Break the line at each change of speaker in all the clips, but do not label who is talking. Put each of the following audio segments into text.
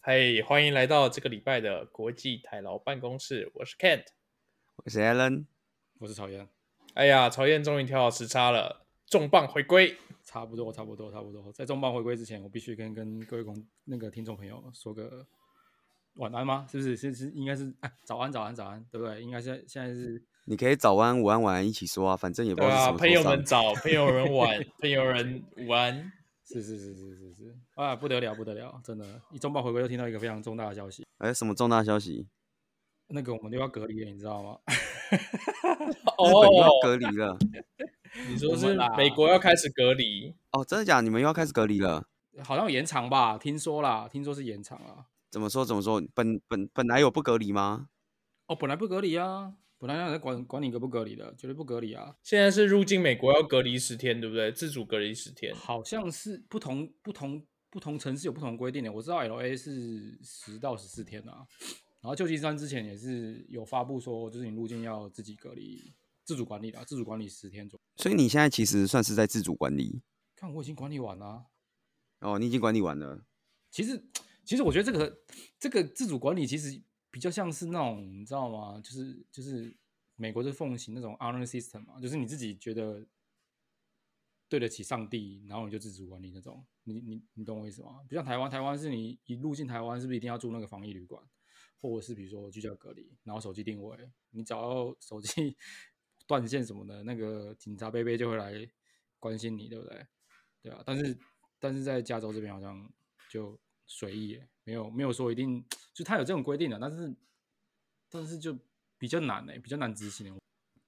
嘿，欢迎来到这个礼拜的国际台劳办公室，我是 Kent。
我是 Alan，
我是曹燕，
哎呀，曹燕终于调好时差了，重磅回归。
差不多，差不多，差不多。在重磅回归之前，我必须跟跟各位观那个听众朋友说个晚安吗？是不是？是是，应该是哎，早安，早安，早安，对不对？应该现在现在是
你可以早安、午安、晚安一起说啊，反正也不
对
知道是什
啊，
么
朋
时
友
候上
们早，朋友 们晚，朋友们午安。
是是是是是是啊，不得了，不得了，真的，一重磅回归又听到一个非常重大的消息，
哎，什么重大消息？
那个我们又要隔离了，你知道吗？
日本又要
哦，
隔离了
你说
我
是
们啦
美国要开始隔离？
哦，真的假的？你们又要开始隔离了？
好像有延长吧？听说啦，听说是延长啊。
怎么说？怎么说？本本本来有不隔离吗？
哦，本来不隔离啊，本来让人管管你隔不隔离的，绝对不隔离啊。
现在是入境美国要隔离十天，对不对？自主隔离十天。
好像是不同不同不同城市有不同规定的。我知道 L A 是十到十四天啊，然后旧金山之前也是有发布说，就是你入境要自己隔离、自主管理的，自主管理十天左右。
所以你现在其实算是在自主管理
看我已经管理完了啊、
哦，你已经管理完了。
其实其实我觉得这个这个自主管理其实比较像是那种你知道吗？就是就是美国就奉行那种 honor system 嘛，就是你自己觉得对得起上帝，然后你就自主管理那种。你你你懂我意思吗？不像台湾，台湾是你一入境台湾是不是一定要住那个防疫旅馆，或者是比如说居家隔离，然后手机定位，你只要手机 断线什么的，那个警察贝贝就会来关心你，对不对？对啊，但是但是在加州这边好像就随意耶，没有没有说一定，就他有这种规定的，但是但是就比较难哎，比较难执行耶。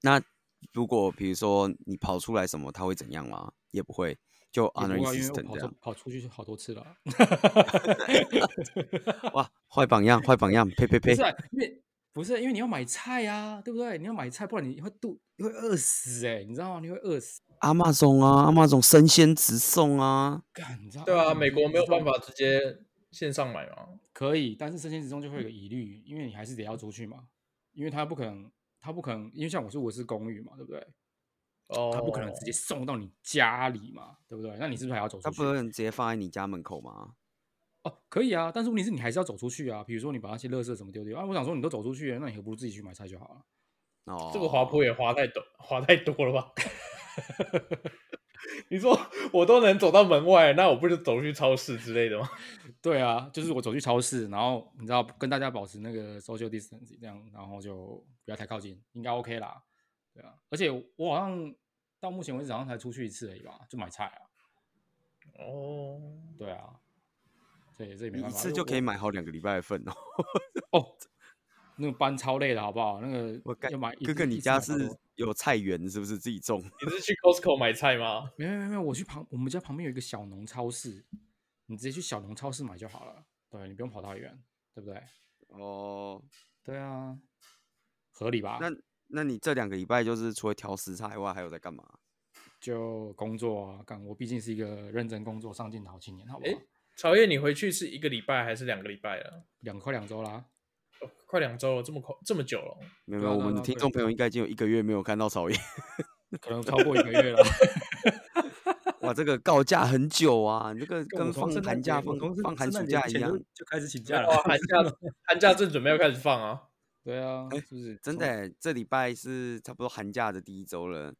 那如果比如说你跑出来什么，他会怎样吗？也不会，就
也
honor
不会啊因为我
system
跑
这
出
样。
跑出去好多次了，
哇，坏榜样，坏榜样，呸呸
不
呸
是！啊因为不是因为你要买菜啊，对不对？你要买菜，不然你会肚你会饿死哎，你知道吗？你会饿死，
阿妈总啊，阿妈总生鲜直送啊，
干，你知道？
对啊，
干
美国没有办。
你知道
法直接线上买嘛。
可以，但是生鲜之中就会有个疑虑，因为你还是得要出去嘛，因为他不可能，他不可能，因为像我说我是公寓嘛，对不对？
哦，
他不可能直接送到你家里嘛，对不对？那你是不是还要走出
他
去？
不能直接放在你家门口吗？
哦，可以啊，但是问题是你还是要走出去啊。比如说你把那些垃圾什么丢丢啊，我想说你都走出去了，那你何不如自己去买菜就好了？
哦，
这个滑坡也滑太多， 滑太多了吧？ 你说我都能走到门外，那我不是走去超市之类的吗？
对啊，就是我走去超市，然后你知道跟大家保持那个 social distance 这样，然后就不要太靠近，应该 OK 啦。对啊，而且我好像到目前为止好像才出去一次而已吧，就买菜啊。
哦，
对啊，这也这也没
你
办
一
法，
次
因为
就可以
我
买好两个礼拜的份哦。
哦。那个搬超累的好不好？那个
我干
要买一
哥哥，
次
你
一次
家
买超
是
多
有菜园是不是自己种？
你是去 Costco 买菜吗？
没有没有没有，我去旁我们家旁边有一个小农超市，你直接去小农超市买就好了，对你不用跑太远，对不对？
哦，
对啊，合理吧？
那那你这两个礼拜就是除了调食材以外，还有在干嘛？
就工作啊，干我毕竟是一个认真工作、上进的好青年，好不
诶
好？
曹燕，你回去是一个礼拜还是两个礼拜了？
两快两周啦，
哦快两周了，这么快这么久了，
没有没
对啊
有，我
对啊
们的
对啊
听
对
众朋友应该已经有一个月没有看到草原，
可能超过一个月了。
哇，这个告假很久啊，你这个跟
我从
放
圣诞
寒假、
节我
放
从
放寒
圣诞
暑
节
假一
前就
样，啊
就开始请假
然
了
后。哦寒假 寒假正准备要开始放啊。
对啊，是不是？
真的欸，这礼拜是差不多寒假的第一周了。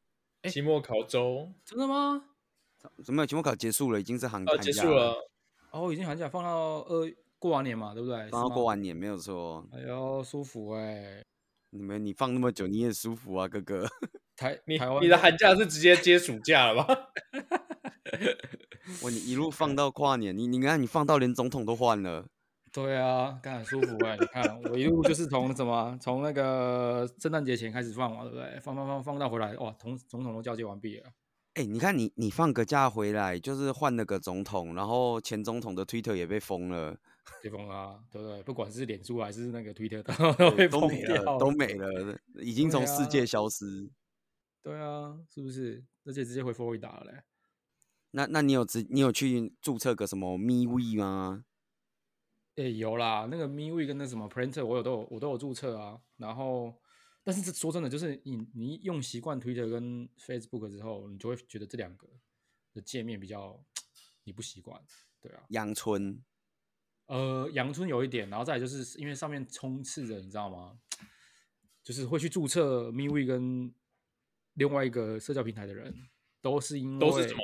期末考周
真的吗？
怎么有期末考结束了，已经是寒
呃
寒
结
假
束，了，
哦，已经寒假放到二过完年嘛，对不对？
然后
是吗
过。完年没有错。
哎呦，舒服哎、
你们你放那么久，你也舒服啊，哥 哥。
台
你
台湾
你的寒假是直接接暑假了 吧？
哇，你一路放到跨年，你你看你放到连总统都换了。
对啊，干很舒服哎、你看，我一路就是从什么，从那个圣诞节前开始放嘛，对不对？放放放放到回来，哇，总总统都交接完毕了。
哎、你看你，你放个假回来，就是换了个总统，然后前总统的 Twitter 也被封了，
被封啊，对不对？不管是脸书还是那个 Twitter，都 都被
都
封
没
掉
了，都没了，已经
对
从世
啊
界消失。
对啊，是不是？而且直接回佛罗里达了嘞。
那那你有直你有去注册个什么 Me We 吗？
诶、有啦，那个 MeWe 跟那什么 Printer，我有都有我都有注册啊。然后，但是这说真的，就是你你用习惯 Twitter 跟 Facebook 之后，你就会觉得这两个的界面比较你不习惯，对啊。
阳春
呃，阳春有一点，然后再来就是因为上面充斥着，你知道吗？就是会去注册 MeWe 跟另外一个社交平台的人，都是因为
都是什么？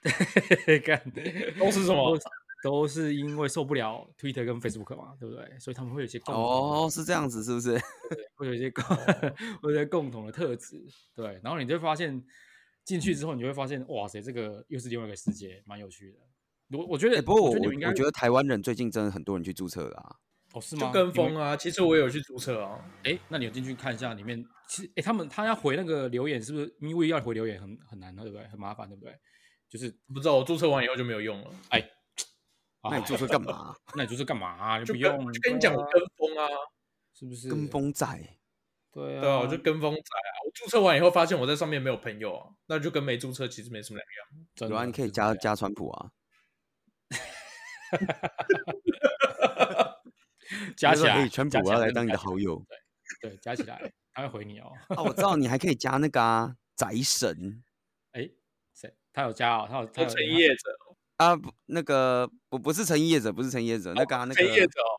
干
都是什么
都是？ 都是因为受不了 Twitter 跟 Facebook 嘛，对不对？所以他们会有一些共同的
哦，是这样子是不是？
会有一些共，
哦
会有一些共同的特质，对。然后你就会发现，进去之后你就会发现，哇塞，这个又是另外一个世界，蛮有趣的。我我觉得，
哎，不过我
我觉得你
我
们应该
我觉得台湾人最近真的很多人去注册啦、啊
哦是
就
吗？
跟
你们
风啊。其实我也有去注册啊，
哎、那你有进去看一下里面？其实，哎、他们他要回那个留言，是不是因为要回留言很很难的，对不对？很麻烦，对不对？就是，
不知道我注册完以后就没有用了，
哎、啊
那你注册干嘛？
那你就是干嘛、啊？你
就
不
跟
用
就跟你讲
对
我
啊
跟风啊，
是不 是
跟？风仔，
对啊，
对啊，我就跟风仔啊。我注册完以后发现我在上面没有朋友啊，那就跟没注册其实没什么两样。
真
有
的
啊，你可以
就是
加
这样
加川普啊，
加
就
起
说
来，
哎川
加
普
起
我要
来
来
真
当你的
加起来
好友
对，加起来他会回你哦。
啊，我知道你还可以加那个啊，宅神
哎、谁？他有加哦，他有
我
他有
成业者，
啊，不那个不不是成业者，不是成业者，那个、啊、那
成业
个
者哦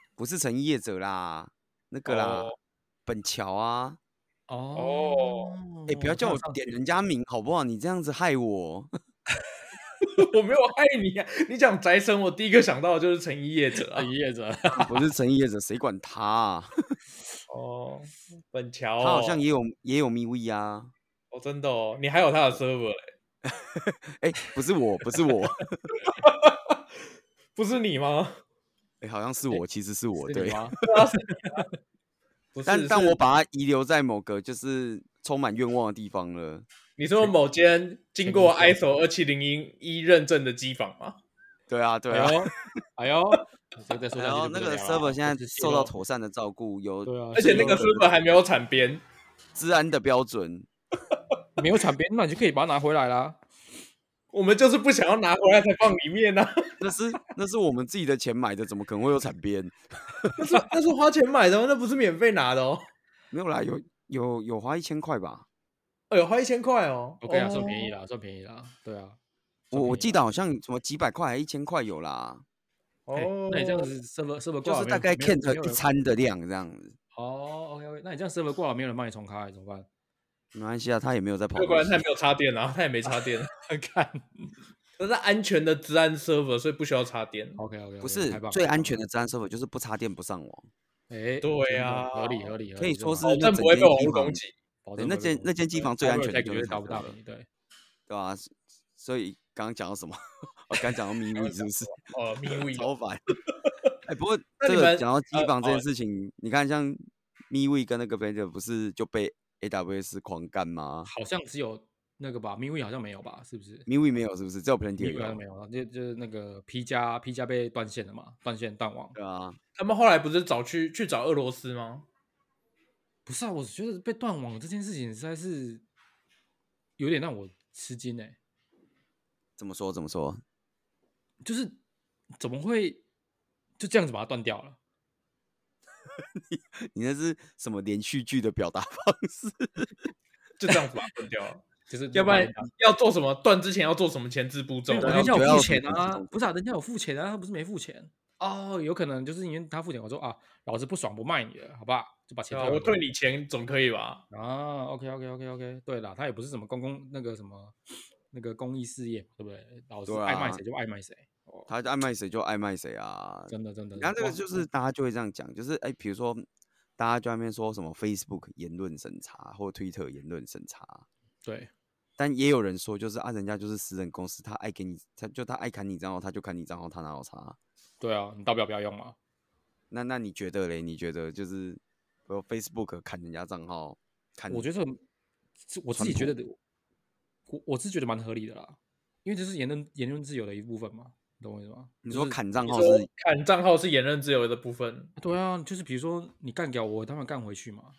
不是成业者啦，那个啦，
哦
本桥啊，
哦
哦
哎、不要叫我
上
点
去
人家名好不好？你这样子害 我，
我没有害你啊！你讲宅神，我第一个想到的就是成衣业者啊
哎。业者，
不是成业者，谁管他、啊？
哦，本桥、
他
哦，
好像也有也有 MeWe 啊，
哦，真的哦，你还有他的 server 嘞
哎、不是我，不是我，
不是你吗？
哎、好像是我，其实是 我，
是你
对，
吗？
不是，
但但
是
我把它遗留在某个就是充满愿望的地方了。
你说某间经过
前一
ISO 二七零零一认证的机房吗？
对啊，对
哎
啊。
呦，哎呦，你这个再说下
然
去
后
就
那
不得
个
了了
server 现在
这是泄
受到
露
妥善的照顾，有
对啊，
而且那个
是
server 还没有产编，
治安的标准。
没有产边，那你就可以把它拿回来啦。
我们就是不想要拿回来才放里面呢、啊。
那是那是我们自己的钱买的，怎么可能会有产编？
那是那是花钱买的哦，那不是免费拿的哦。
没有啦，有有有花一千块吧？
哎呦，花一千块哦
OK 啊，算
哦
便宜啦，算便宜啦，对啊。
我我记
得，
得好像什么几百块还一千块有啦，
哎
哦，
那你这样子 server server 挂
就
了
是
没
大
有
概
没有
Kent
没有
一
人
餐的量这样子。
哦，OK OK，那你这样 server 挂了，没有人帮你重开，怎 么办？
没关系啊，他也没有在跑
要不
东
然他也
西。
没有插电啊，他也没插电。
看
那是安全的治安 server，所以不需要插电。哦
，OK OK，
不是最安全的治安 server 就是不不插电不上网，
哎，
对
真的
啊
合理合理，合
可
理
以
这
说
种
是
保
那
证
整
不会被
间
网
机
络攻
房
击。
保
对
证
那
不会被
间那
攻击
间机
对
房最
它
安
不会
全
再
的就
给
是
它
它
不大
了
便宜对。
对吧、所以刚刚讲到什么？我刚讲到迷雾是不 是？
哦，密位
超烦。哎、不过
那
这
你
个
们
讲到
呃
机房这
哦
件事情，你看像 MeWe 跟那个 b e n d e r 不是就被 AWS 狂干吗
好像只有那个吧，MeWe 好像没有吧？是不是
？MeWe 没有是不是？只有 Plenty
？MeWe 好像
有
没。有，啊就就是那个 P 加 P 加被断线了嘛，断线断网。
对啊，
他们后来不是找去去找俄罗斯吗？
不是啊，我觉得被断网这件事情实在是有点让我吃惊哎、
怎么说怎么说？
就是怎么会就这样子把它断掉了？
你那是什么连续剧的表达方式？
就这样子把它断掉了，
就是
要不然
把它
要做什么断之前要做什么前置步骤
没有，
然
然
人
后
家
后
不
有
要
付钱
什么自
啊
动，
不是啊，人家有付钱啊，他不是没付钱哦，有可能就是因为他付钱，我说啊，老子不爽不卖你了，好吧，就把钱
对啊
退
我
回
退你钱总可以吧？
啊，OK OK OK OK，对啦，他也不是什么公公那个什么那个公益事业，对不对？老子
对
爱卖
啊
谁就爱卖谁，哦，
他爱卖谁就爱卖谁啊。
真的真的。
然后这
哇
个就是大家就会这样讲，就是哎，比如说大家就在那边说什么 Facebook 言论审查或 Twitter 言论审查，
对，
但也有人说，就是啊，人家就是私人公司，他爱给你，他就他爱砍你账号，他就砍你账号，他哪有差？
对啊，你大不了不要用嘛。
那那你觉得嘞？你觉得就是比如 Facebook 砍人家账号，砍
我觉
得
得这种是我自己觉得的，我我是觉得蛮合理的啦，因为这是言论言论自由的一部分嘛，你懂我意思吗？
你
就
说
是
砍账
你
号
说
是
砍账号是言论自由的部分，
对啊，就是比如说你干掉我，他们干回去嘛，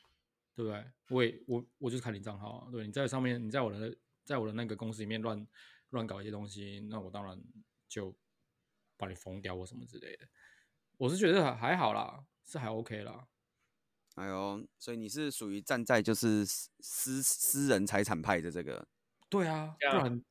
对不对？我也我我就是砍你账号啊，对，你在上面，你在我的在我的那个公司里面乱乱搞一些东西，那我当然就把你封掉或什么之类的。我是觉得还还好啦，是还 OK 啦。
哎呦，所以你是属于站在就是私私私人财产派的这个，
对啊，
这
不
样
然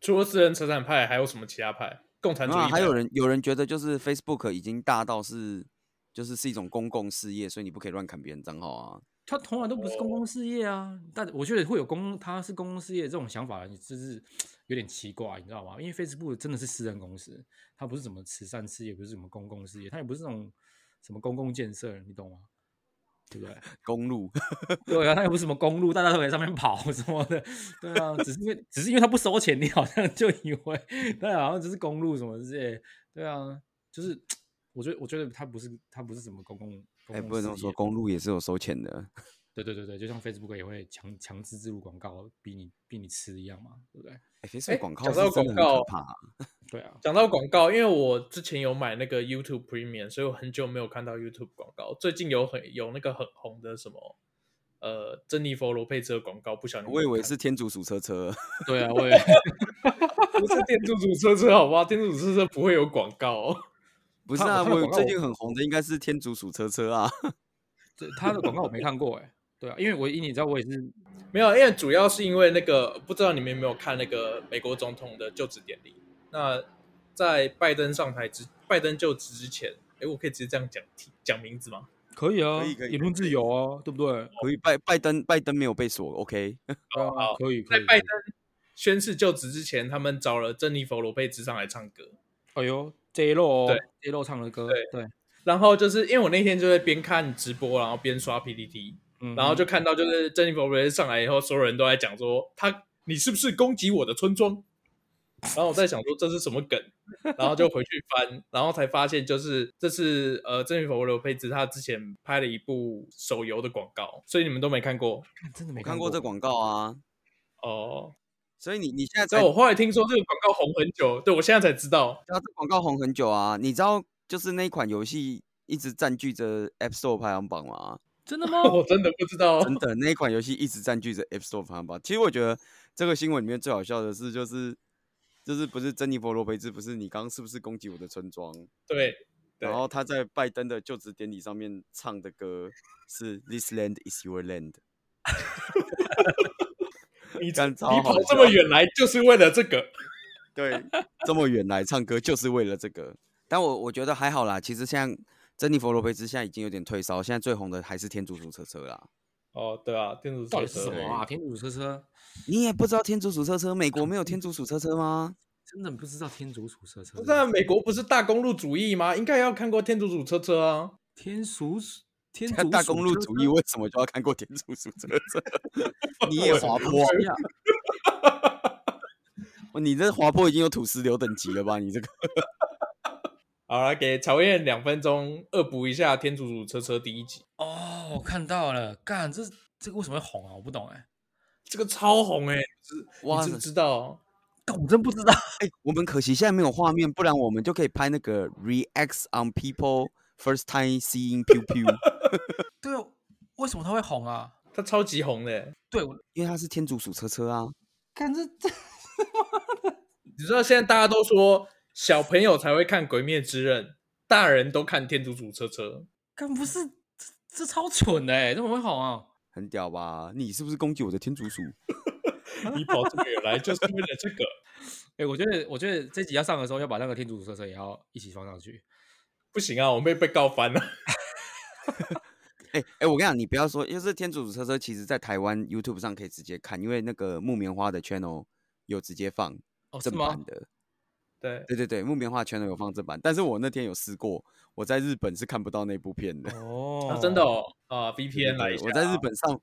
除了私人财产派，还有什么其他派？共产主义
那啊还
者
有人有人觉得就是 Facebook 已经大到是就是是一种公共事业，所以你不可以乱砍别人账号啊。
他从来都不是公共事业啊，但我觉得会有公他是公共事业这种想法，就是 有点奇怪，你知道吗？因为 Facebook 真的是私人公司，它不是什么慈善事业，不是什么公共事业，它也不是那种什么公共建设，你懂吗？对不 对？
公路
对啊，它也不是什么公路，大家都可以在上面跑什么的，对啊，只是因为只是因为它不收钱，你好像 就以为它好像只是公路什么之类的，对啊，就是 我觉得我觉得它不是它不是什么公共，公
哎、
共
不能这
事
么说，
业
公路也是有收钱的。
对对对对，就像 Facebook 也会强强制植入广告，逼你逼你吃一样嘛，对不对？
哎、f a c e b o o k 广
讲
告
到
是真的
广
很可
告
怕、啊。
对啊，
讲到广告，因为我之前有买那个 YouTube Premium，所以我很久没有看到 YouTube 广告。最近有很有那个很红的什么，呃，珍妮佛罗佩兹的广告，不小心
我以为
看
是天竺鼠车车，
对啊，我 也
不是电助主车车，好不好？电助主车车不会有广告、哦。
不是
他
啊？
他的
我
广告
最
我
近很红的应该是天竺鼠车车啊。
这他的广告我没看过哎、对啊，因为我你知道我也是
没有，因为主要是因为那个，不知道你们有没有看那个美国总统的就职典礼？那在拜登上台之拜登就职之前，哎，我可以直接这样讲讲名字吗？
可以啊，
可以可以
言论自由啊，对不对？
可以，拜拜登拜登没有被锁，OK？
对啊
好，
可以可
在
以。可
拜
以
登宣誓就职之前，他们找了珍妮佛罗佩兹上来唱歌。
哎呦，J 肉
对
J 肉唱的歌，
对
对，
然后就是因为我那天就会边看直播，然后边刷 PPT，
嗯
然后就
哼
看到就是珍妮佛·罗上来以后，所有人都在讲说他你是不是攻击我的村庄？然后我在想说这是什么梗，然后就回去翻，然后才发现就是这是呃珍妮佛·罗佩兹她之前拍了一部手游的广告，所以你们都没看过
看真的
我
没
看过
过
这广告啊。
哦。
所以你你现在
所
才
以我后来听说这个广告红很久，对我现在才知道，
对啊，这广告红很久啊。你知道就是那一款游戏一直占据着 App Store 排行榜吗？
真的吗？
我真的不知道。
真的，那一款游戏一直占据着 App Store 排行榜。其实我觉得这个新闻里面最好笑的是，就是就是不是珍妮佛罗培兹，不是你刚刚是不是攻击我的村庄？
对，对
然后他在拜登的就职典礼上面唱的歌是 This land is your land。
你 你
干超
跑
好
这么远来就是为了这个。
对，这么远来唱歌就是为了这个。但我我觉得还好啦，其实像珍妮佛罗培兹现在已经有点退烧，现在最红的还是天竺鼠车车啦。
哦，对啊，电子
到
车
底是什
车
么啊？天竺鼠车车
你也不知道天竺鼠车车，美国没有天竺鼠车车吗？
真的不知道天竺鼠车车
不是
这
啊，
个
美国不是大公路主义吗？应该要看过《天竺鼠车车》啊。
天竺鼠天
那
竺
大
鼠
公路
车
主
车
义为什么就要看过天竺鼠车车？ 你也滑坡啊、
呀
哦你这滑坡已经有土石流等级了吧？你这个
好了，给曹燕两分钟恶补一下《天竺鼠车车》第一集，
哦，我看到了，干这这个为什么会红啊？我不懂哎、
这个超红哎、欸，是
哇
你知不知道？
但我真不知道。
哎、我们可惜现在没有画面，不然我们就可以拍那个 reacts on people first time seeing pew pew，
对啊，为什么他会红啊？
它超级红的欸、
对，我
因为它是天竺鼠车车啊。
看这这
你知道现在大家都说小朋友才会看《鬼灭之刃》，大人都看《天竺鼠车车》。
干不是这这超蠢的哎、怎么会红啊？
很屌吧？你是不是攻击我的天竺鼠？
你跑这么远来就是为了这个？
哎、我觉得我觉得这集要上的时候要把那个天竺鼠车车也要一起放上去。
不行啊，我们被被告翻了。
哎、哎、我跟你讲，你不要说，就是天竺鼠车车，其实在台湾 YouTube 上可以直接看，因为那个木棉花的 channel 有直接放
哦，是
正
吗
版？的。
对，
对对对，木棉花 channel 有放正版，但是我那天有试过，我在日本是看不到那部片 的。
哦
啊，真的哦，啊，VPN 来一下。
我在日，本上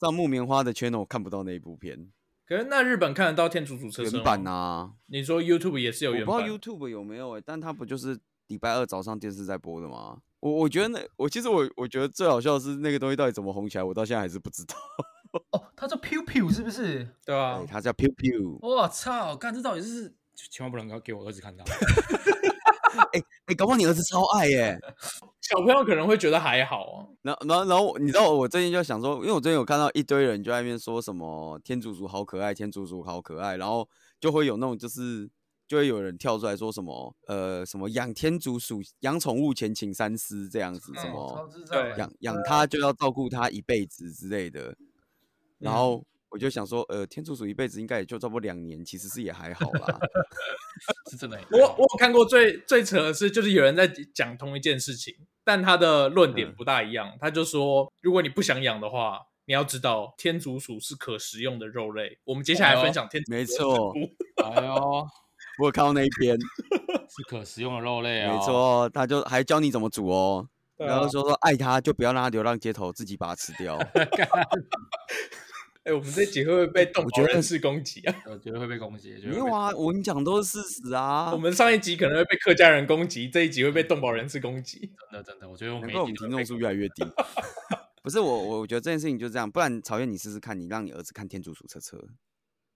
上木棉花的 channel 看不到那一部片
可是那日本看得到《天竺鼠车车》
原版
吗？
啊，
你说 YouTube 也是有
我
原
不知道
版？
YouTube 有没有哎、但它不就是礼拜二早上电视在播的吗？我我觉得那我其实我我觉得最好笑的是那个东西到底怎么红起来，我到现在还是不知道。
哦，他叫 Pew Pew 是不是？
对啊哦
对，，它叫 Pew Pew。
我操，干这到底是千万不能给我儿子 看到。
哎、搞不好你儿子超爱耶、
小朋友可能会觉得还好啊。
然后，然后，然后我，你知道我最近就想说，因为我最近有看到一堆人就在那边说什么天竺鼠好可爱，天竺鼠好可爱，然后就会有那种就是就会有人跳出来说什么呃什么养天竺鼠养宠物前请三思这样子，什
嗯超
么
智障
对啊
欸
嗯
养养它就要照顾它一辈子之类的。然后我就想说，呃，天竺鼠一辈子应该也就差不多两年，其实是也还好啦。
是真的。欸
啊
我我有看过最最扯的是，就是有人在讲同一件事情，但他的论点
嗯
不大一样。他就说，如果你不想养的话，你要知道天竺鼠是可食用的肉类。我们接
哦
下来分享天竺
没
鼠的食
错
物
哎呦，
我有看到那一篇，
是可食用的肉类啊、
哦
没，错，他就还教你怎么煮哦，
对
然
啊
后，说说爱它就不要让它流浪街头，自己把它吃 掉。
哎，我们这集会不会被动
我
保
觉得
人士攻击啊？
我觉得会被攻击。
没有 啊，我跟你讲都是事实啊。
我们上一集可能会被客家人攻击，这一集会被动保人士攻 击。
真的真的，我觉得我
难
每
怪
一
我
集
们听
都
众数越来 越低。不是我，我我觉得这件事情就这样，不然曹燕你试试看，你让你儿子看天竺鼠车车，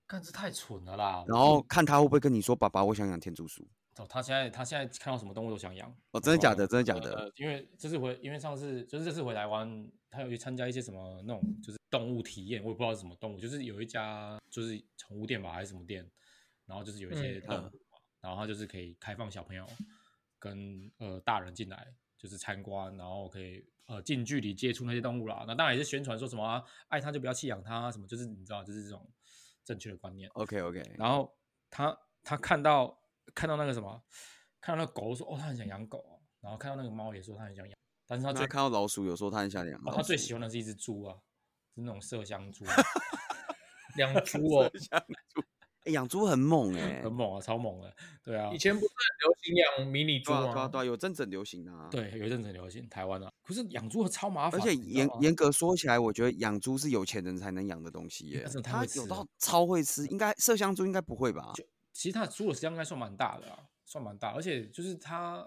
干这太蠢了啦！
然后看他会不会跟你说：“爸爸，我想养天竺鼠。
走，他现在他现在看到什么动物都想养。”
哦，真的假的？真的假的？
呃，因为这次回，因为上次就是这次回台湾，他有去参加一些什么那种就是动物体验，我也不知道是什么动物，就是有一家就是宠物店吧还是什么店，然后就是有一些
嗯
动物嘛，然后他就是可以开放小朋友跟呃大人进来，就是参观，然后可以呃近距离接触那些动物啦。那当然也是宣传说什么、啊、爱它就不要弃养它啊，什么就是你知道就是这种正确的观念。
OK OK，
然后他他看到看到那个什么，看到那个狗说哦，他很想养狗哦，然后看到那个猫也说他很想养，但是他
那
最
看到老鼠有时候他很想养
哦
老鼠，
他最喜欢的是一只猪啊，是那种麝香猪，
养猪哦，
哎养猪很猛哎，
很猛啊，超猛的，对啊
以，前不是很流行养迷你猪
对啊对啊
吗？
对啊，有阵子很流行啊。，
对，有一阵子很流行台湾啊，可是养猪超麻
而
烦的，
且
你知道
严
吗
严格说起来，我觉得养猪是有钱人才能养的东西耶
真的。太
它
会
有
吃啊
到
了
超会吃，应该麝香猪应该不会吧？
其实它的猪的食量应该算蛮大的啊，算蛮大，而且就是它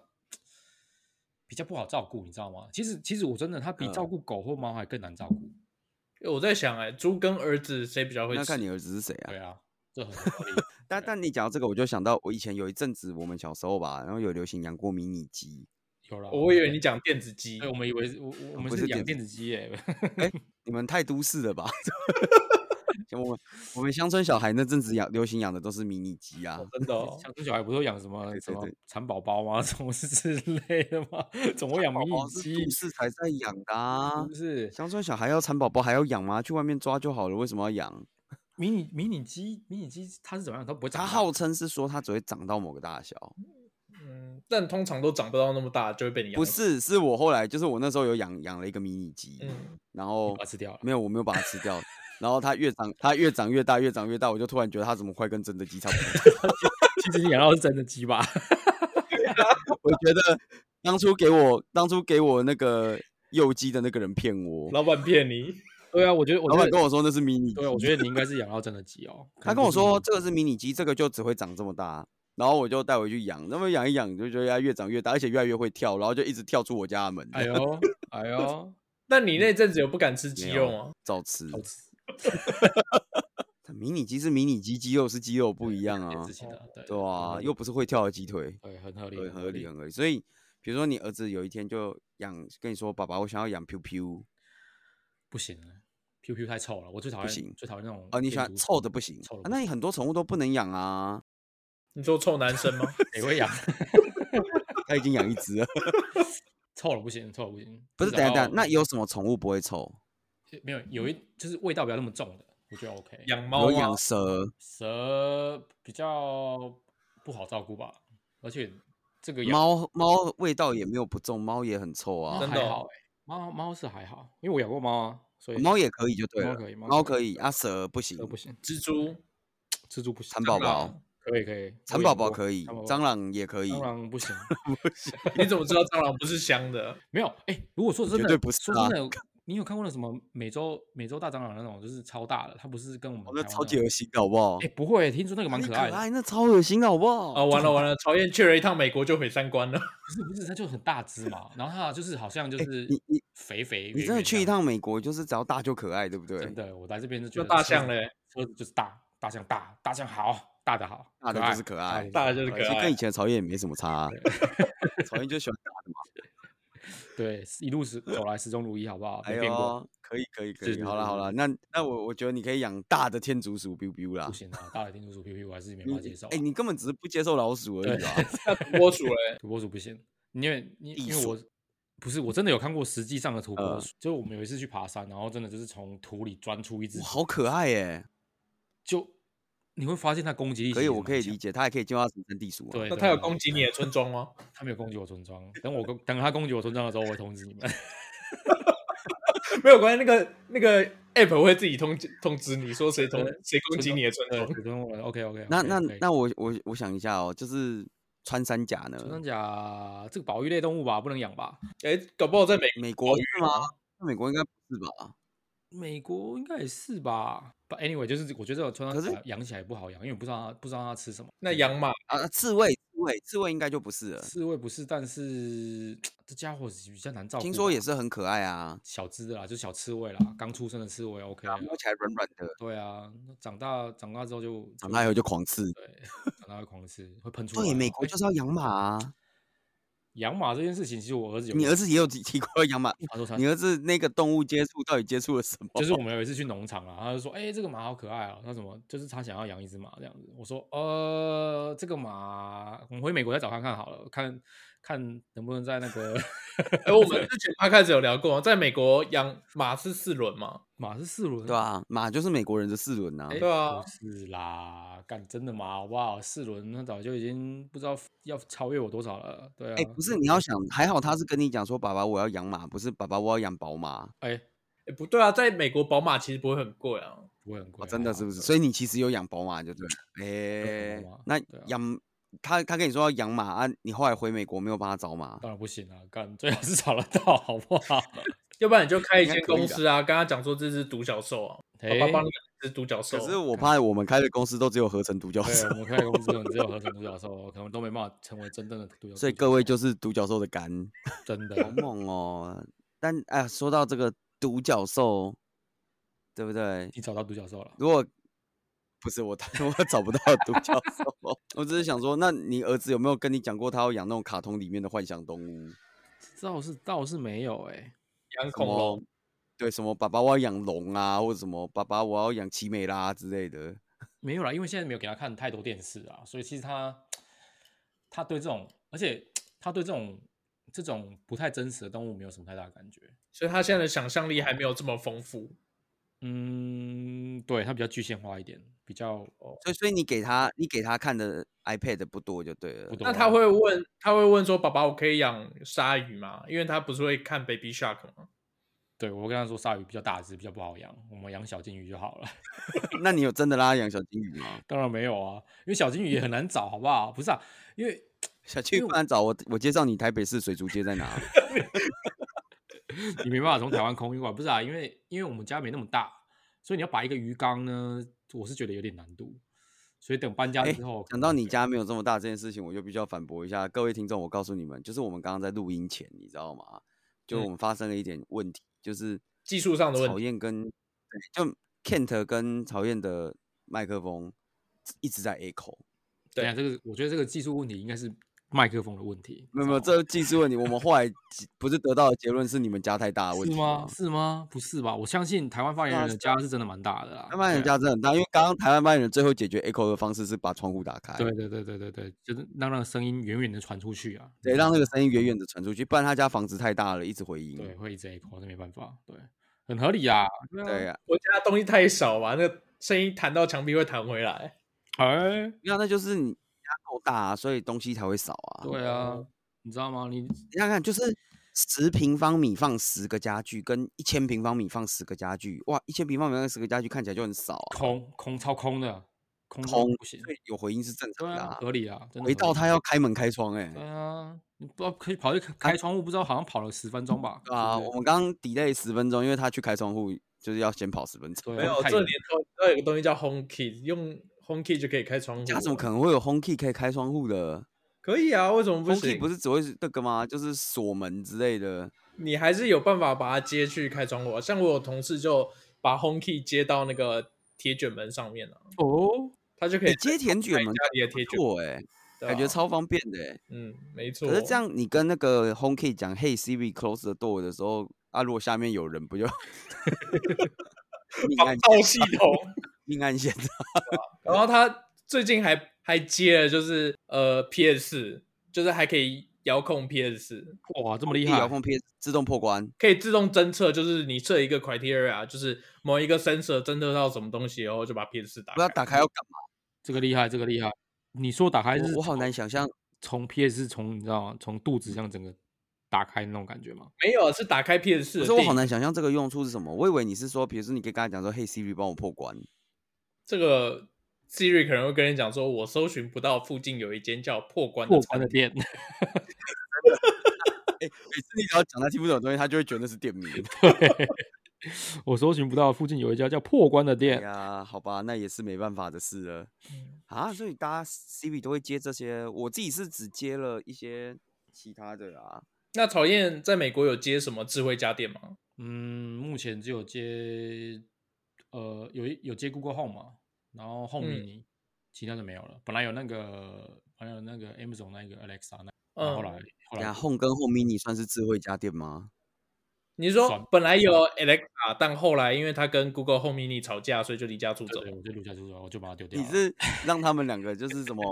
比较不好照顾，你知道吗？其实其实我真的，它比照
嗯
顾狗或猫还更难照顾，
我在想，哎，猪跟儿子谁比较会
那
吃？
看你儿子是谁啊
对？啊，这很合理。
但但你讲到这个，我就想到我以前有一阵子，我们小时候吧，然后有流行养过迷你 鸡。
有 了，
我以为你讲电子鸡
对，，我们以为是我我我们
哦不
是
是
养
电
电子鸡耶，
你们太都市了吧？ 像我们我们乡村小孩那阵子养流行养的都是迷你鸡啊
哦， 真的哦。
乡村小孩不都养什么
对
什
对
么
对
蚕宝宝吗？ 什么是之类的吗？怎么会养迷
宝宝
你
是
鸡嗯
都？市才在养的啊
是不。是
乡村小孩要蚕宝宝还要养吗？去外面抓就好了，为什么要养？
迷你迷你鸡？迷你鸡它是怎么样？它不会
它
长大
号称是说它只会长到某个大小，
嗯，但通常都长不到那么大，就会被你养
不
死。
是，是我后来就是我那时候有养养了一个迷你鸡，
嗯，
然后
把它吃掉了。
哦没有我没有把它吃掉，然后它越长它越长越大越长越大，我就突然觉得它怎么快跟真的鸡差不多大
其实你养到的是真的鸡 吧？
我觉得当初给我当初给我那个幼鸡的那个人骗我，
老板骗 你，
对啊，我觉得我
老
觉
板跟
得
我说那是迷你鸡
对啊，，我觉得你应该是养到真的鸡哦。可
他跟
能不
我
是迷
说
你
这个是迷你鸡，这个就只会长这么大，然后我就带回去养，那么养一养就觉得它越长越大，而且越来越会跳，然后就一直跳出我家的门，
哎呦哎呦，
那
嗯
你那阵子有不敢吃鸡
没
肉
有
吗？
照吃。
好 吃
迷你鸡是迷你鸡，鸡肉是鸡肉不一样
电
啊
子，型的，对
对啊，又不是会跳的鸡腿，
嗯对，很合理，
对，合理很合理。所以比如说你儿子有一天就养跟你说，爸爸，我想要养 Q
嗯
Q，
不行了。Q Q 太臭了，我最讨厌
行
最讨厌那种
哦，你
电
喜欢
阻
臭
虫
的不行，
臭的
啊
不
那
行
你很多宠物都不能养啊。
你说臭男生 吗？
谁会养？
他已经养一只 了，
臭了不行，臭了不行。
不是？等一下等一下，那
有。
有什么宠物不会臭？
呃没有有一就是味道不要那么重的，我觉得 OK。
养猫
有
啊
吗
养？蛇，
蛇比较不好照顾吧，而且这个养
猫猫味道也没有不重，猫也很臭
猫
啊
真。的
还
哦
好哎、猫猫是还好，因为我养过猫啊，所以
猫也可以就对
猫
了
可以，猫
猫
可
可
以
以啊，蛇不行
都，不行，
蜘 蛛、
蜘蛛不行，
蚕宝宝，
可以可以，
蚕
我
宝
养
宝
过
可以
蚕宝，宝
蟑螂也可以，
蟑 螂不行，
你怎么知道蟑螂不是香的？
没有哎、如果说真的
对不是
说
啊
真的，你有看过那什么美洲美洲大蟑螂那种，就是超大的，它不是跟我们
哦那
台湾
超级
种
恶心的好不好
哎、？不会，听说那个蛮
那
可爱
可
的，哦
爱，那超恶心的好不
啊，
好？
完了完了，曹燕去了一趟美国就毁三观了。
不是不是，它就很大只嘛，然后它就是好像就
哎
是
你你
肥肥，
你
圆
真的
圆这
去一
样
趟美国，就是只要大就可爱，对不对
真？的，我来这边就觉
那
得
大
车
象
子，
嘞？
车子就是大，大象大，大象好，大的好，
大的就是可爱
的
大的就是可
其实
爱
跟以前的曹燕也没什么差啊，曹燕就喜欢大的嘛。
对，一路是走来始终如一，好不好？
哎
没变过，
呦，可以可以可
是
以，
是
好了
是
好了，那那我我觉得你可以养大的天竺鼠 biu biu 啦
不。行啊，大的天竺鼠 P P 我还是没
你
办法接受啊。
哎、你根本只是不接受老鼠而已啊！
那土拨鼠嘞？
土拨鼠不行，因为你
地
因为
鼠
我不是，我真的有看过实际上的土拨
呃
鼠，就是我们有一次去爬山，然后真的就是从土里钻出一只
哇，，好可爱耶、
就你会发现它攻击力
可以，
其实
我
蛮
可以
强
理解，它也可以进化成山地鼠、啊。
对，
那
对
他有
对
攻击你的村庄吗？
他没有攻击我村庄，等我攻等他攻击我村庄的时候，我会通知你 们。
没有关系，那个那个 app 会自己通知通知你说谁通
对
谁攻击你的村庄。
对，等 我 OK OK。
那那那我我我想一下哦，就是穿山甲呢？
村庄甲这个保育类动物吧，不能养吧？
哎，搞不好在美
美
哦
保
国
育
是吗？那美国应该不是吧？
美国应该也是吧？But anyway，就是我觉得这种村
可
庄
是
甲养起来不好养，因为我不知道它不知道它吃什么。
那养 马
啊，刺猬，刺猬，刺猬应该就不是了。
刺猬不是，但是这家伙比较难照顾吧。
听说也是很可爱啊，
小只的啦，就小刺猬啦，刚出生的刺猬 OK 啦。
摸起来软软的，
对啊，那长大长大之后就
长大以后就狂刺。
对，长大会狂吃，会喷出来嘛。
呃对，美国
哎
就是要养马啊。
养马这件事情，其实我儿子有，
你儿子也有提提过要养 马，
他说他
你儿子那个动物接触到底接触了什么？
就是我们有一次去农场啊，他就说：“哎、这个马好可爱啊！”他什么，就是他想要养一只马这样子。我说：“呃，这个马，我们回美国再找看看好了，看看能不能在那 个
哎，我们之前他开始有聊过，在美国养马是四轮嘛？
马是四轮，
对啊，马就是美国人的四轮啊
哎？。
对啊
不是啦，干真的马好不好？四轮那早就已经不知道要超越我多少了。对啊，
哎，不是，你要想，还好他是跟你讲说，爸爸我要养马，不是爸爸我要养宝马，
哎、
哎，不对啊，在美国宝马其实不会很贵啊。
不会很贵、
哦，真的是不是？
对啊
所以你其实有养宝马就对
有
了。
宝马
哎，那
对啊
养他他跟你说要养马啊，你后来回美国没有帮他找马？
当然不行啊，干最好是找得到，好不 好？
要不然你就开一
应该
间
可以
公
的
司啊，跟他讲说这是独角兽啊，
哎、
爸爸帮你养一只独角兽
可
啊。
是我怕我们开的公司都只有合成独角兽
对，，我们开的公司可能只有合成独角兽，哦可能都没办法成为真正的独角兽。
所以各位就是独角兽的 肝，
真的
好猛哦！但哎，说到这个独角兽，对不对？
你找到独角兽了。
如果不是我， 我找不到独角兽， 我只是想说，那你儿子有没有跟你讲过他要养那种卡通里面的幻想动物？
倒是倒是没有哎、
养
什
恐
么
龙，？
对，什么爸爸我要养龙啊，或者什么爸爸我要养奇美拉之类的。
没有啦，因为现在没有给他看太多电视啊，所以其实他他对这种，而且他对这种这种不太真实的动物没有什么太大的感觉。
所以他现在的想象力还没有这么丰富。
嗯，对他比较具象化一点，比较哦，
所以，所以你给他，你给他看的 iPad 不多就对了
不。多
那
啊
他会问，他会问说：“爸爸，我可以养鲨鱼吗？”因为他不是会看 Baby Shark 吗？
对我会跟他说鲨鱼比较大只，比较不好养，我们养小金鱼就好了。
那你有真的让他养小金鱼吗？
当然没有啊，因为小金鱼也很难找，好不好？不是啊，因为
小金鱼不然找我，我介绍你台北市水族街在哪？
你没办法从台湾空运过来，不是啊？因为因为我们家没那么大，所以你要把一个鱼缸呢，我是觉得有点难度。所以等搬家
哎
之后，
讲到你家没有这么大这件事情，我就必须要反驳一下各位听众。我告诉你们，就是我们刚刚在录音前，你知道吗？就
嗯
我们发生了一点问题，就是
技术上的问
曹
题
燕跟对就 Kent 跟曹燕的麦克风一直在 echo。
对啊，这个我觉得这个技术问题应该是麦克风的问题，
没有没有，
你知道
这技术问题。我们后来不是得到的结论是你们家太大的
吗
问
是
题哦
吗？是吗？不是吧？我相信台湾发言
啊
人的
是
家是真的蛮大的啦，
台湾人
对啊
家真的很大，因为刚刚台湾班人最后解决 echo 的方式是把窗户打开，
对对对对对对，就是让那个声音远远的传出去啊，
对，让那个声音远远的传出去，不然他家房子太大了，一直回音。
对会一直 echo，这没办法，对，很合理啊，
对
啊，
啊，
我家东西太少吧，那个声音弹到墙壁会弹回来。
哎，
没有，那就是你家够大、啊，所以东西才会少啊。
对啊，你知道吗？你
你想想看，就是十平方米放十个家具，跟一千平方米放十个家具，哇，一千平方米放十个家具看起来就很少啊，
空空超空的，空到
空
不行，
所以有回音是正
对
常的、
啊，合理啊，真的
回
合
到
理
他要开门开窗、欸，哎，
对啊，你不知道可以跑去开开窗户，不知道好像跑了十分钟吧？
对啊，
是不
我
是
们刚刚 delay 十分钟，因为他去开窗户就是要先跑十分钟。
对啊
没有，
太
这
远
年头你知道有个东西叫 Home Key，用 Home Key 就可以开窗户了。
家
啊
怎么可能会有 Home Key 可以开窗户的
可以啊？为什么不
？Home Key
行？
不是只会是那个吗？就是锁门之类的。
你还是有办法把它接去开窗户、啊。像我有同事就把 Home Key 接到那个铁卷门上面了、啊，
哦，
他就可
你
以
哎接甜卷门
家里的铁卷门，
错哎、
对啊
感觉超方便的、欸。
嗯，没错。
可是这样，你跟那个 Home Key 讲 Hey Siri close the door 的时候，啊，如果下面有人，不 就命
防
案
盗系统。
命案 现场？
然后他最近还还接了，就是呃 PS，就是还可以遥控 PS，
哇，这么厉
一
害！
遥控 PS 自动破关，
可以自动侦测，就是你设一个 criteria，就是啊某一个 sensor 侦测到什么东西，然后就把 PS 打
不知道
开。
打开要干嘛。
这个厉害，这个厉害。你说打开是
我我好难想象，
从 PS 从你知道吗？从肚子这样整个打开那种感觉吗？
没有，是打开 PS
可
的
是
定义。
我好难想象这个用处是什么。我以为你是说，比如说你可以跟他讲说，嘿 Siri 帮我破关，
这个 Siri 可能会跟你讲说，我搜寻不到附近有一间叫破关的
破
餐
关的
厅。
店，
每次你只要讲他听不懂的东西，他就会觉得那是店名。
我搜寻不到，附近有一家叫破关的
哎
店。
呀，好吧，那也是没办法的事了啊。所以大家 Siri 都会接这些，我自己是只接了一些其他的啊。
那讨厌在美国有接什么智慧家电吗？
嗯，目前只有接呃有一有接 Google Home 嘛，然后 Home
嗯
mini，、其他就没有了。本来有那个，本来有那个 Amazon 那个 Alexa 那，然哦后后来
嗯，
后
呀
来
，Home 跟 Home Mini 算是智慧家电吗？
你
算
说本来有 Alexa，但后来因为他跟 Google Home Mini 吵架，所以就离家出走
对。对，我就录下去了，我就把它丢掉
你
了。
是让他们两个就是什么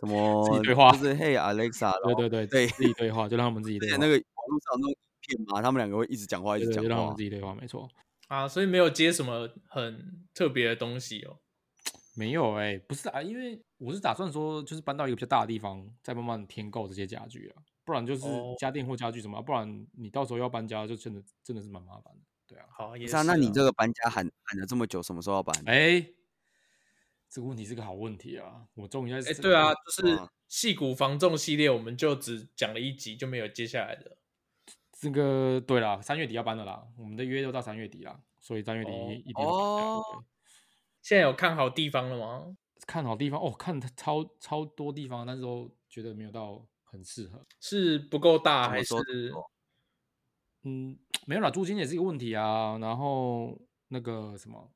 什么
啊自己对话
就是嘿 Alexa，然后
对对对
对
自己对话，就让他们自己
之
对话
前，那个网络上那种影片嘛，他们两个会一直讲话，一直
对对
讲
就让他
话
们自。己对话，没错。
啊，所以没有接什么很特别的东西哦。
没有哎、不是啊，因为我是打算说，就是搬到一个比较大的地方，再慢慢添购这些家具啊，不然就是
哦
家电或家具什么啊，不然你到时候要搬家，就真的真的是蛮麻烦的。对啊，
好，也
不
是
是
啊、
啊，那你这个搬家喊喊了这么久，什么时候要搬？
哎、这个问题是个好问题啊，我终于在
哎，
这
对
个
啊，就是
哇
戏骨防重系列，我们就只讲了一集，就没有接下来的。
这个对啦，三月底要搬的啦，我们的约都到三月底啦，所以三月底
哦
一定会搬家
哦
对
现在有看好地方了吗？
看好地方哦，看超超多地方，但是都觉得没有到很适合。
是不够大
怎
还
么
是
说
嗯，没有啦，租金也是一个问题啊。然后那个什么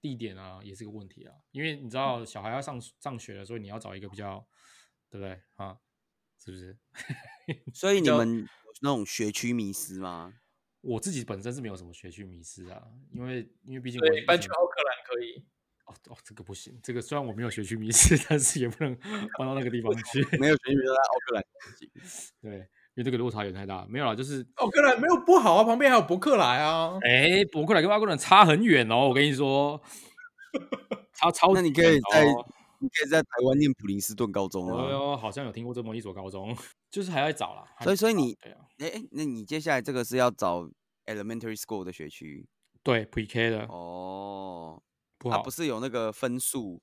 地点啊，也是个问题啊。因为你知道小孩要上上学了，所以你要找一个比较，对不对啊？是不是？
所以你
较
们有那种学区迷失吗？
我自己本身是没有什么学区迷失啊，因为因为毕竟我
对，
以
搬去
前
奥克兰可以。
哦哦，这个不行，这个虽然我没有学区迷失， 但是也不能搬到那个地方去。
没有学区迷失，在奥克兰
对，因为这个落差有点太大。没有啦，就是
奥克哦兰没有不好啊，旁边还有伯克莱啊。
哎，伯克莱跟外国人差很远哦，我跟你说，差超
那
级
你可
远
以在
哦
你可以在台湾念普林斯顿高中
哦
啊。
哟，好像有听过这么一所高中，就是还要再找啦。还
所以
要再
所以
找
你
对啊，
哎、哎，那你接下来这个是要找 elementary school 的学区
对 Pre K 的、
哦？
啊不
它
好，
不是有那个分数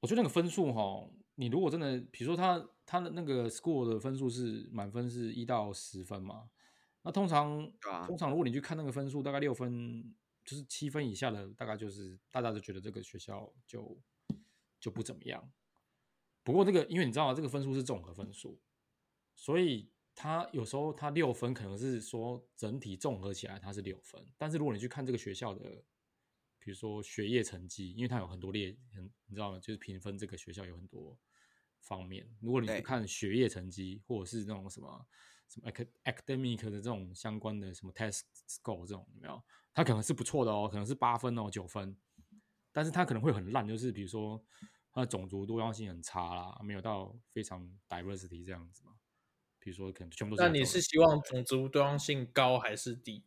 我觉得那个分数哈，你如果真的，比如说他他的那个 score 的分数是满分是一到十分嘛，那通常
对啊
通常如果你去看那个分数，大概六分就是七分以下的，大概就是大家就觉得这个学校就就不怎么样。不过这个，因为你知道吗这个分数是综合分数，所以它有时候它六分可能是说整体综合起来它是六分，但是如果你去看这个学校的，比如说学业成绩，因为它有很多列，很你知道吗？就是评分这个学校有很多方面。如果你去
对
看学业成绩，或者是那种什么什么 ac- academic 的这种相关的什么 test score 这种有没有？它可能是不错的哦，可能是八分哦九分，但是它可能会很烂，就是比如说它的种族多样性很差啦，没有到非常 diversity 这样子嘛。比如说可能全部都是
那
亚
你
洲
是
人
希望种族多样性高还是低？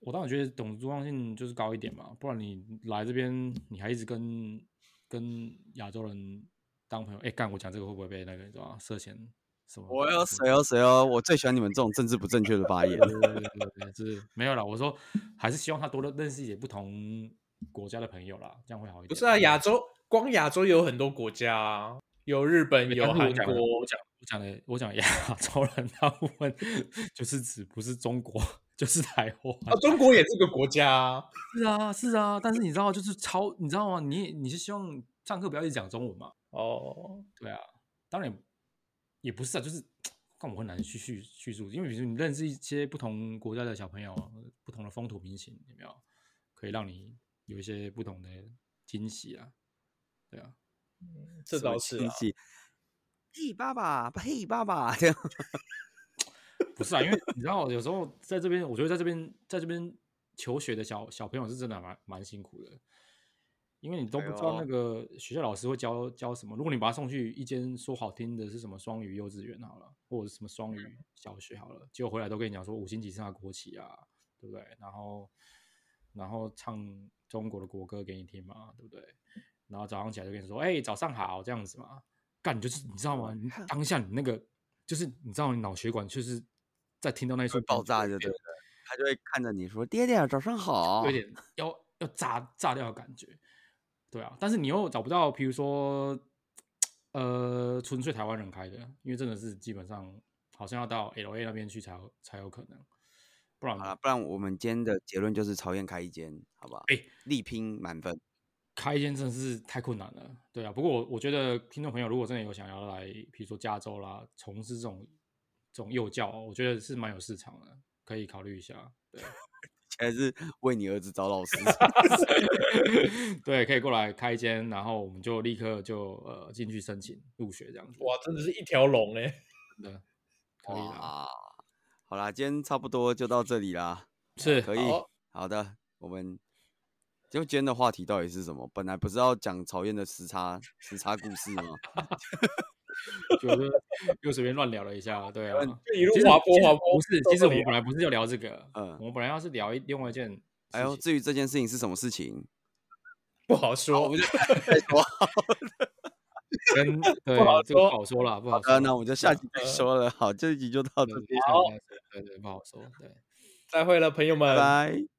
我当然觉得懂多样性就是高一点嘛，不然你来这边你还一直跟跟亚洲人当朋友，哎、干我讲这个会不会被那个对吧？涉嫌什么？
我要谁哦谁哦，我最喜欢你们这种政治不正确的发言
对。对对对对，就是没有啦。我说还是希望他多认识一些不同国家的朋友啦，这样会好一点。
不是啊，亚洲光亚洲有很多国家啊，有日本，
对
有
但是我
韩
讲的
国，
我讲我讲的我讲 的亚洲人大部分就是指不是中国 就是台湾。
啊，中国也是个国家啊。
哦是啊，是啊，但是你知道，就是超，你知道吗？你也你是希望上课不要一直讲中文嘛？
哦，
对啊，当然也不是啊，就是看我很难去叙叙述，因为比如说你认识一些不同国家的小朋友，不同的风土民情，有没有可以让你有一些不同的惊喜啊？对啊，
这
什么
倒是
亲
啊。
戚。嗯嘿，爸爸，嘿，爸爸，这样
不是啊，因为你知道，有时候在这边，我觉得在这边，在这边求学的小小朋友是真的蛮蛮辛苦的，因为你都不知道那个学校老师会教教什么。如果你把他送去一间说好听的是什么双语幼稚园好了，或者是什么双语小学好了，结果回来都跟你讲说五星级以上的国旗啊，对不对？然后然后唱中国的国歌给你听嘛，对不对？然后早上起来就跟你说，哎、早上好这样子嘛。干，你就是你知道吗？你当下你那个就是你知道你脑血管就是在听到那一
会
瞬间
爆
就
炸
会
就对
变
了，哦他就会看着你说：“爹爹，早 上好。”
有点要要炸炸掉的感觉，对啊，但是你又找不到，比如说呃，纯粹台湾人开的，因为真的是基本上好像要到 L A 那边去才有才有可能，不然
好了，不然我们今天的结论就是曹燕开一间，好不好？
哎
力拼满分。
开一间真的是太困难了，对啊。不过我我觉得听众朋友如果真的有想要来，比如说加州啦，从事这种这种幼教，我觉得是蛮有市场的，可以考虑一下。 对，
现在是为你儿子找老师，
对，可以过来开一间，然后我们就立刻就呃进去申请入学这样子。
哇，真的是一条龙哎！
真的可以 啦，
哇！啊好啦，今天差不多就到这里啦。
是
可以
好，
好的，我们就今天的话题到底是什么？本来不是要讲曹燕的时差时差故事 吗？
觉得 又随便乱聊了一下，对啊，
就一路
其实
滑坡
其实
滑坡
不是，
到
其实
这
我
里
们
啊
本来不是要聊这个，
嗯
我们本来要是聊一另外一件，
哎呦，至于这件事情是什么事情，
不好
好
说
我们。就 再说。
跟对
好
这个
说
不好说了，不好
好的
说，
呃那我嗯们就下集再说了。好，这一集就到
对
这里，
对对对对，不好说，对。
再会了，朋友们，
拜拜。